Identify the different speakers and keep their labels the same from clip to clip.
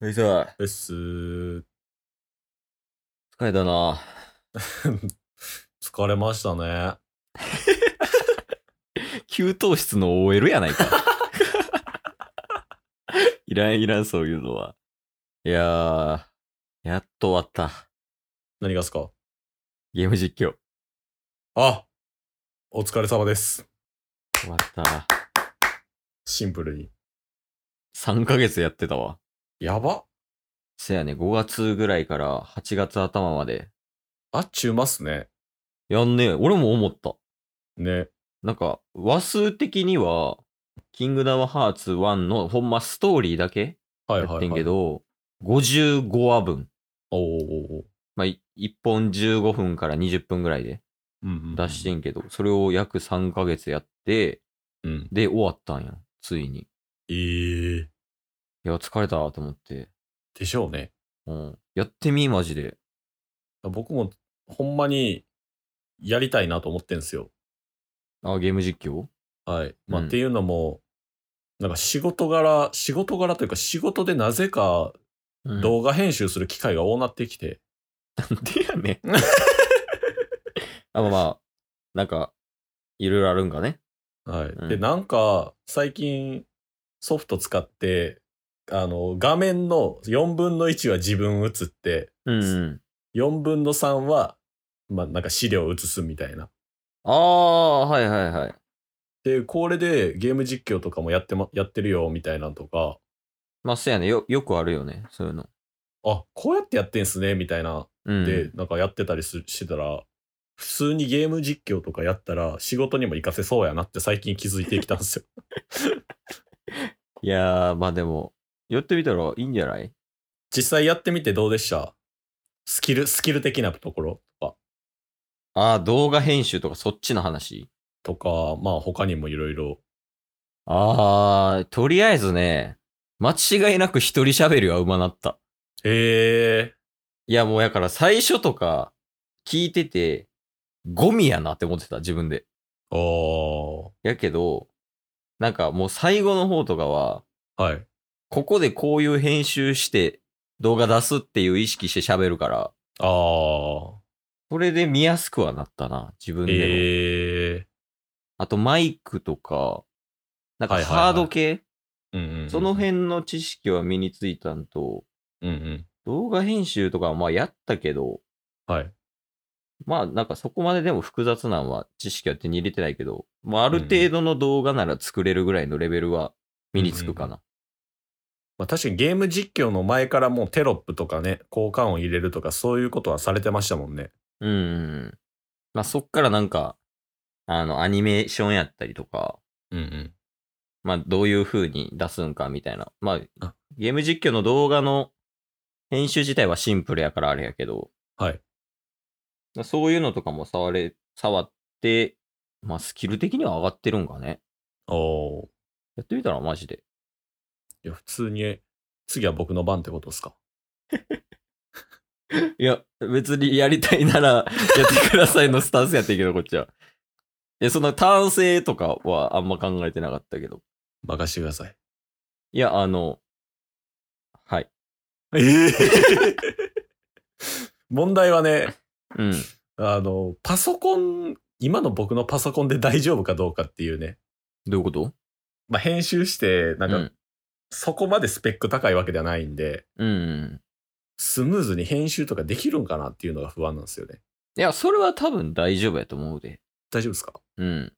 Speaker 1: よいしょ。
Speaker 2: うっすー
Speaker 1: 疲れた な。
Speaker 2: 疲れましたね。
Speaker 1: 給湯室の OL やないか。 いらんいらん、そういうのは。いやー、やっと終わった。
Speaker 2: 何がっすか
Speaker 1: ゲーム実況。
Speaker 2: あお疲れ様です。
Speaker 1: 終わった。
Speaker 2: シンプルに。
Speaker 1: 3ヶ月やってたわ。
Speaker 2: やば
Speaker 1: せやね、5月ぐらいから8月頭まで。
Speaker 2: あっちゅうますね。
Speaker 1: やんねえ、俺も思った。
Speaker 2: ね。
Speaker 1: なんか、話数的には、キングダムハーツ1のほんまストーリーだけ
Speaker 2: はい
Speaker 1: や
Speaker 2: は
Speaker 1: っ
Speaker 2: い、はい。
Speaker 1: てんけど、55話分。
Speaker 2: おーおーおー
Speaker 1: まあ、1本15分から20分ぐらいで
Speaker 2: うんうんうん
Speaker 1: 出してんけど、それを約3ヶ月やって、
Speaker 2: うん。
Speaker 1: で、終わったんや。ついに。
Speaker 2: えー。
Speaker 1: いや、疲れたと思って。
Speaker 2: でしょうね。
Speaker 1: うん。やってみ、マジで。
Speaker 2: 僕も、ほんまに、やりたいなと思ってんすよ。
Speaker 1: あ、ゲーム実況
Speaker 2: はい。まあ、
Speaker 1: うん
Speaker 2: っていうのも、なんか仕事柄、仕事柄というか仕事でなぜか動画編集する機会が多なってきて、
Speaker 1: なんでやねん。 あ、まあまあ、なんか、いろいろあるんかね。
Speaker 2: はい。
Speaker 1: うん
Speaker 2: で、なんか、最近、ソフト使って、あの、画面の4分の1は自分映って、
Speaker 1: うん、うん。
Speaker 2: 4分の3は、まあ、なんか資料映すみたいな。
Speaker 1: ああ、はいはいはい。
Speaker 2: で、これでゲーム実況とかもやってま、やってるよ、みたいなのとか、
Speaker 1: まあ、せやね。よ、よくあるよね。そういうの。
Speaker 2: あ、こうやってやってんすね、みたいな。
Speaker 1: うん。
Speaker 2: で、なんかやってたりすしてたら、普通にゲーム実況とかやったら仕事にも活かせそうやなって最近気づいてきたんです よ。
Speaker 1: いやー、まあでも、やってみたらいいんじゃない
Speaker 2: 実際やってみてどうでしたスキル、スキル的なところとか。
Speaker 1: ああ、動画編集とかそっちの話。
Speaker 2: とか、まあ他にもいろいろ。
Speaker 1: ああ、とりあえずね、間違いなく一人喋りは上手なった。
Speaker 2: へえ。
Speaker 1: いや、もうやから最初とか聞いてて、ゴミやなって思ってた、自分で。
Speaker 2: あ
Speaker 1: やけど、なんかもう最後の方とかは、
Speaker 2: あ。はい。
Speaker 1: ここでこういう編集して動画出すっていう意識して喋るから、
Speaker 2: ああ。
Speaker 1: それで見やすくはなったな、自分でも。
Speaker 2: ええ。
Speaker 1: あとマイクとか、なん
Speaker 2: は
Speaker 1: か
Speaker 2: いはいはい
Speaker 1: ハード系、
Speaker 2: うんうんうん
Speaker 1: その。辺の知識は身についたんと、
Speaker 2: うんうん。
Speaker 1: 動画編集とかはまあやったけど、
Speaker 2: はい。
Speaker 1: まあなんかそこまででも複雑なんは知識は手に入れてないけど、まあある程度の動画なら作れるぐらいのレベルは身につくかな。
Speaker 2: まあ確かにゲーム実況の前からもうテロップとかね、交換音入れるとかそういうことはされてましたもんね。
Speaker 1: うんうんうん。まあそっからなんか、あのアニメーションやったりとか、
Speaker 2: うんうん。
Speaker 1: まあどういう風に出すんかみたいな。まあ
Speaker 2: あ
Speaker 1: ゲーム実況の動画の編集自体はシンプルやからあれやけど、
Speaker 2: はい。
Speaker 1: まあそういうのとかも触れ、触って、まあスキル的には上がってるんかね。
Speaker 2: おお。
Speaker 1: やってみたらマジで。
Speaker 2: いや、普通に、次は僕の番ってことですか。
Speaker 1: いや、別にやりたい ならやってくださいのスタンスやってんけど、こっちは。いや、その単性とかはあんま考えてなかったけど。
Speaker 2: 任してください。
Speaker 1: いや、あの、はい。
Speaker 2: ええ問題はね、
Speaker 1: うん。
Speaker 2: あの、パソコン、今の僕のパソコンで大丈夫かどうかっていうね。
Speaker 1: どういうこと
Speaker 2: まあ、編集して、なん
Speaker 1: う
Speaker 2: か
Speaker 1: ん、
Speaker 2: そこまでスペック高いわけではないんで、
Speaker 1: うんうん。
Speaker 2: スムーズに編集とかできるんかなっていうのが不安なんですよね。
Speaker 1: いや、それは多分大丈夫やと思うで。
Speaker 2: 大丈夫ですか
Speaker 1: うん。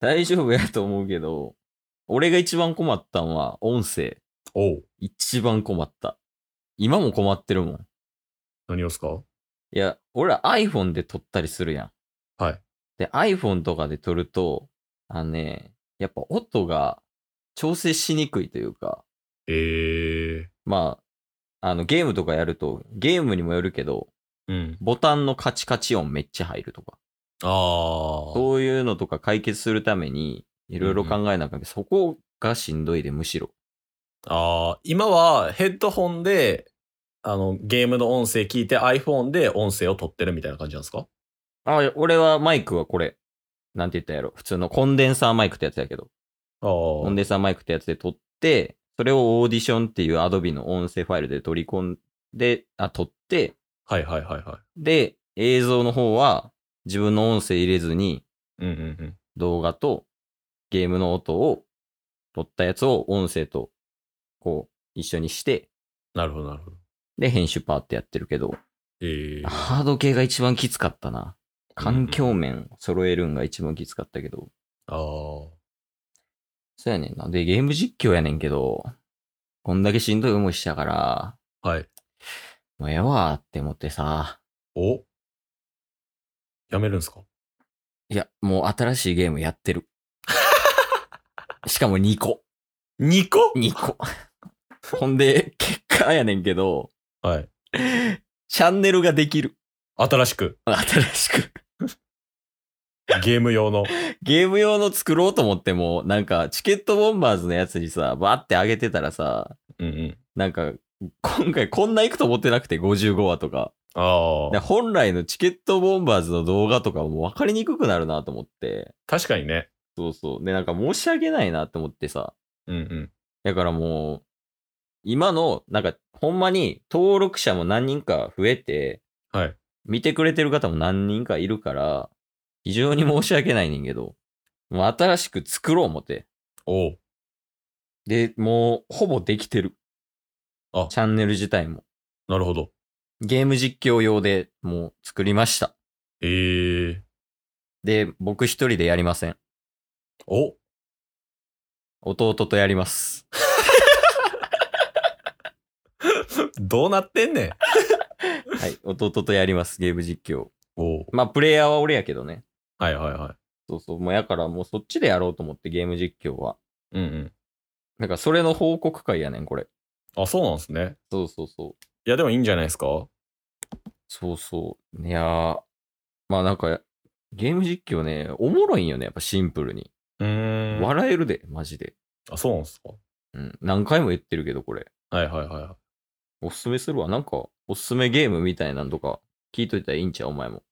Speaker 1: 大丈夫やと思うけど、俺が一番困ったのは音声。
Speaker 2: おう。
Speaker 1: 一番困った。今も困ってるもん。
Speaker 2: 何をですか
Speaker 1: いや、俺ら iPhone で撮ったりするやん。
Speaker 2: はい。
Speaker 1: で、iPhone とかで撮ると、あのね、やっぱ音が調整しにくいというか、
Speaker 2: ええ
Speaker 1: まあ、あのゲームとかやると、ゲームにもよるけど、
Speaker 2: うん。
Speaker 1: ボタンのカチカチ音めっちゃ入るとか、
Speaker 2: ああ。
Speaker 1: そういうのとか解決するために、いろいろ考えなきゃ、そこがしんどいで、むしろ。
Speaker 2: ああ。今はヘッドホンで、あの、ゲームの音声聞いて iPhone で音声を取ってるみたいな感じなんですか
Speaker 1: あ、いや俺はマイクはこれ、なんて言ったんやろ、普通のコンデンサーマイクってやつやけど、
Speaker 2: ああ。
Speaker 1: コンデンサーマイクってやつで撮って、そそれをオーディションっていう Adobe の音声ファイルで取り込んで、あ、撮って、
Speaker 2: はいはいはいは
Speaker 1: で、映像の方は自分の音声入れずに
Speaker 2: い。うんうんうん。
Speaker 1: 動画とゲームの音を撮ったやつを音声とこう一緒にして、
Speaker 2: なるほどなるほど。
Speaker 1: で、編集パーってやってるけど、
Speaker 2: ええ
Speaker 1: ハード系が一番きつかったな。環境面揃えるんが一番きつかったけど、
Speaker 2: ああ。
Speaker 1: そうやねんな。で、ゲーム実況やねんけど、こんだけしんどい思いしたから、
Speaker 2: はい。
Speaker 1: もうええわーって思ってさ、
Speaker 2: おやめるんですか
Speaker 1: いや、もう新しいゲームやってる。しかも2個。
Speaker 2: ?2 個
Speaker 1: 2個。ほんで、結果やねんけど、
Speaker 2: はい。
Speaker 1: チャンネルができる。
Speaker 2: 新しく、
Speaker 1: 新しく。
Speaker 2: ゲーム用の。
Speaker 1: ゲーム用の作ろうと思っても、なんか、チケットボンバーズのやつにさ、バーって上げてたらさ、
Speaker 2: うんうん。
Speaker 1: なんか、今回こんないくと思ってなくて、55話とか。
Speaker 2: あ
Speaker 1: で
Speaker 2: あ。
Speaker 1: 本来のチケットボンバーズの動画とかも分かりにくくなるなと思って。
Speaker 2: 確かにね。
Speaker 1: そうそう。で、なんか申し訳ないなと思ってさ。
Speaker 2: うんうん。
Speaker 1: だからもう、今の、なんか、ほんまに登録者も何人か増えて、
Speaker 2: はい
Speaker 1: 見てくれてる方も何人かいるから、非常に申し訳ないねんけど、もう新しく作ろう思って。
Speaker 2: おう
Speaker 1: で、もう、ほぼできてる。
Speaker 2: あ
Speaker 1: チャンネル自体も。
Speaker 2: なるほど。
Speaker 1: ゲーム実況用でもう作りました。
Speaker 2: ええ
Speaker 1: で、僕一人でやりません。
Speaker 2: お
Speaker 1: 弟とやり ます。
Speaker 2: どうなってんねん。
Speaker 1: はい。弟とやります、ゲーム実況。
Speaker 2: おう
Speaker 1: まあ、プレイヤーは俺やけどね。
Speaker 2: はいはいは
Speaker 1: そうそう。もうやからもうそっちでやろうと思って、ゲーム実況は。
Speaker 2: い。うんうん。
Speaker 1: なんかそれの報告会やねん、これ。
Speaker 2: あ、そうなんですね。
Speaker 1: そうそうそう。
Speaker 2: いや、でもいいんじゃないですか
Speaker 1: そうそう。いやー。まあなんか、ゲーム実況ね、おもろいんよね、やっぱシンプルに。
Speaker 2: うーん。
Speaker 1: 笑えるで、マジで。
Speaker 2: あ、そうなんですか
Speaker 1: うん。何回も言ってるけど、これ。
Speaker 2: はいはいはいはい。
Speaker 1: おすすめするわ。なんか、おすすめゲームみたいなんとか、聞いといたらいいんちゃうお前も。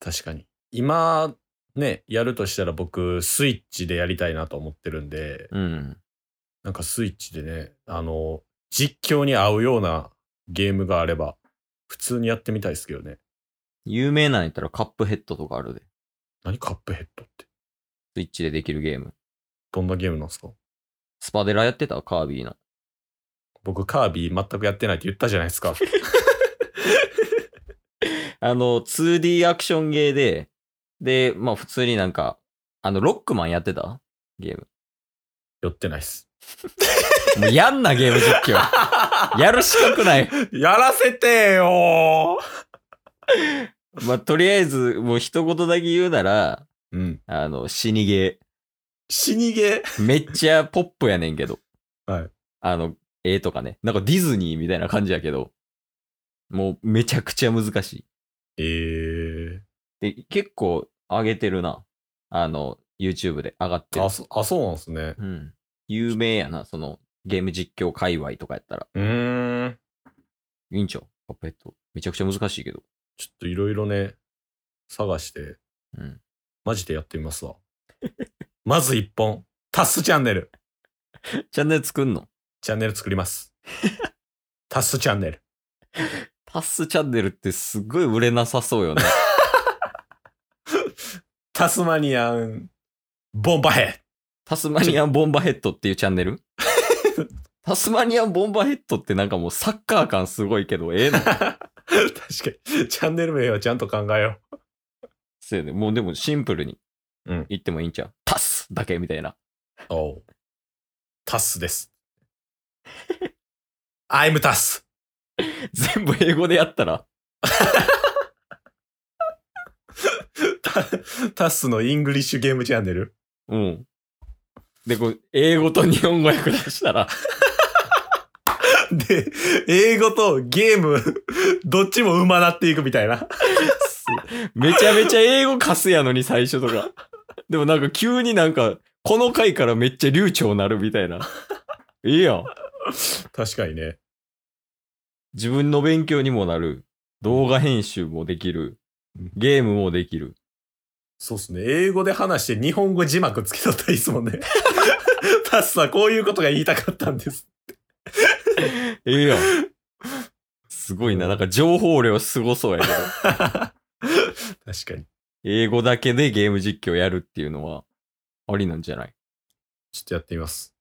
Speaker 2: 確かに。今、ね、やるとしたら僕、スイッチでやりたいなと思ってるんで、
Speaker 1: うん。
Speaker 2: なんかスイッチでね、あの、実況に合うようなゲームがあれば、普通にやってみたいですけどね。
Speaker 1: 有名なんやったらカップヘッドとかあるで。
Speaker 2: 何カップヘッドって。
Speaker 1: スイッチでできるゲーム。
Speaker 2: どんなゲームなんですか
Speaker 1: スパデラやってたカービィの。
Speaker 2: 僕、カービィ全くやってないって言ったじゃないですか。
Speaker 1: あの、2D アクションゲーで、で、まあ普通になんか、あの、ロックマンやってたゲーム。
Speaker 2: 寄ってないっす。
Speaker 1: もうやんなゲーム実況。やる資格ない。
Speaker 2: やらせてよ
Speaker 1: まあとりあえず、もう一言だけ言うなら、
Speaker 2: ーうん。
Speaker 1: あの、死にゲ
Speaker 2: 死にゲー。
Speaker 1: ー。めっちゃポップやねんけど。
Speaker 2: はい。
Speaker 1: あの、絵とかね。なんかディズニーみたいな感じやけど、もうめちゃくちゃ難しい。
Speaker 2: え
Speaker 1: で、結構上げてるな。あの、YouTube で上がってる
Speaker 2: あ、。そ、あ、そうなんですね。
Speaker 1: うん。有名やな、その、ゲーム実況界隈とかやったら。
Speaker 2: うーん。
Speaker 1: いいんちゃうカップヘッド。めちゃくちゃ難しいけど。
Speaker 2: ちょっといろいろね、探して、
Speaker 1: うん。
Speaker 2: マジでやってみますわ。まず一本、タスチャンネル。
Speaker 1: チャンネル作んの
Speaker 2: チャンネル作ります。タスチャンネル。
Speaker 1: タッスチャンネルってすごい売れなさそうよ ね。
Speaker 2: タスマニアン、ボンバヘ
Speaker 1: タスマニアンボンバーヘッドっていうチャンネルタスマニアンボンバーヘッドってなんかもうサッカー感すごいけど、ええの
Speaker 2: 確かに。チャンネル名はちゃんと考えよ
Speaker 1: そうやね。もうでもシンプルに
Speaker 2: うん
Speaker 1: 言ってもいいんちゃう、タスだけみたい な。
Speaker 2: う。タスです。アイムタス。
Speaker 1: 全部英語でやったら、
Speaker 2: タ タスのイングリッシュゲームチャンネル。
Speaker 1: うん。で、こう、英語と日本語訳出したら、
Speaker 2: で、英語とゲーム、 どっちも馬なっていくみたいな。
Speaker 1: めちゃめちゃ英語カスやのに最初とか。でもなんか急になんか、この回からめっちゃ流暢なるみたいな。いいやん。
Speaker 2: 確かにね。
Speaker 1: 自分の勉強にもなる。動画編集もできる。ゲームもできる。
Speaker 2: そうっすね。英語で話して 日本語字幕つけとったらいいっすもんね。タスはこういうことが言いたかったんです。
Speaker 1: ええやん。すごいな。なんか情報量すごそうやけ ど。
Speaker 2: 確かに。
Speaker 1: 英語だけでゲーム実況やるっていうのは、ありなんじゃない
Speaker 2: ちょっとやってみます。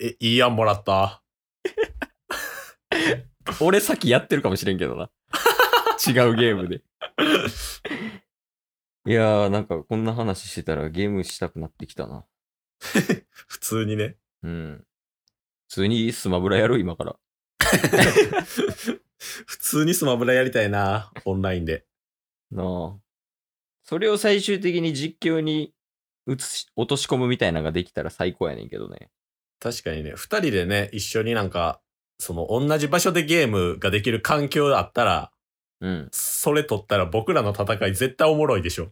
Speaker 2: え、いい案もらった。
Speaker 1: 俺さっきやってるかもしれんけど な。違うゲーム で。いやー、なんかこんな話してたらゲームしたくなってきたな。
Speaker 2: 普通にね。
Speaker 1: うん。普通にスマブラやる今から。
Speaker 2: 普通にスマブラやりたいな。オンラインで。
Speaker 1: なあ。それを最終的に実況に移し、落とし込むみたいなのができたら最高やねんけどね。
Speaker 2: 確かにね、二人でね、一緒になんか、その同じ場所でゲームができる環境あったら、
Speaker 1: うん。
Speaker 2: それ取ったら僕らの戦い絶対おもろいでしょ。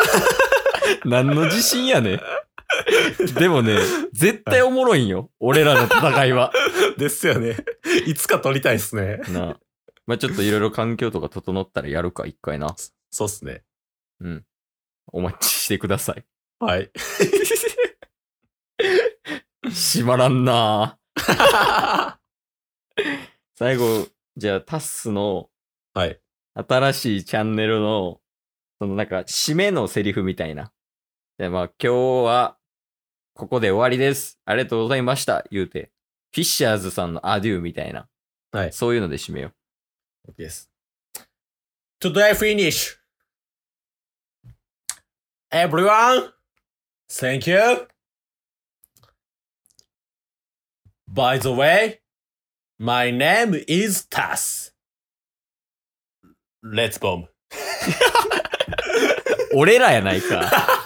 Speaker 1: 何の自信やねん。でもね、絶対おもろいんよ。俺らの戦いは。
Speaker 2: ですよね。いつか取りたいっすね。
Speaker 1: なあ。まあちょっといろいろ環境とか整ったらやるか、一回な。
Speaker 2: そうっすね。
Speaker 1: お待ちしてくだ さい。
Speaker 2: はい。
Speaker 1: 閉まらんなあ最後、じゃあタッスの
Speaker 2: はい。
Speaker 1: 新しいチャンネルの、そのなんか、締めのセリフみたいな。で、まあ、今日は、ここで終わりです。ありがとうございました。言うて。フィッシャーズさんのアデューみたいな。
Speaker 2: はい
Speaker 1: そういうので締めよう。
Speaker 2: Yes. Today finish. Everyone, thank you. By the way, my name is Tas. Let's bomb.
Speaker 1: 俺らやないか。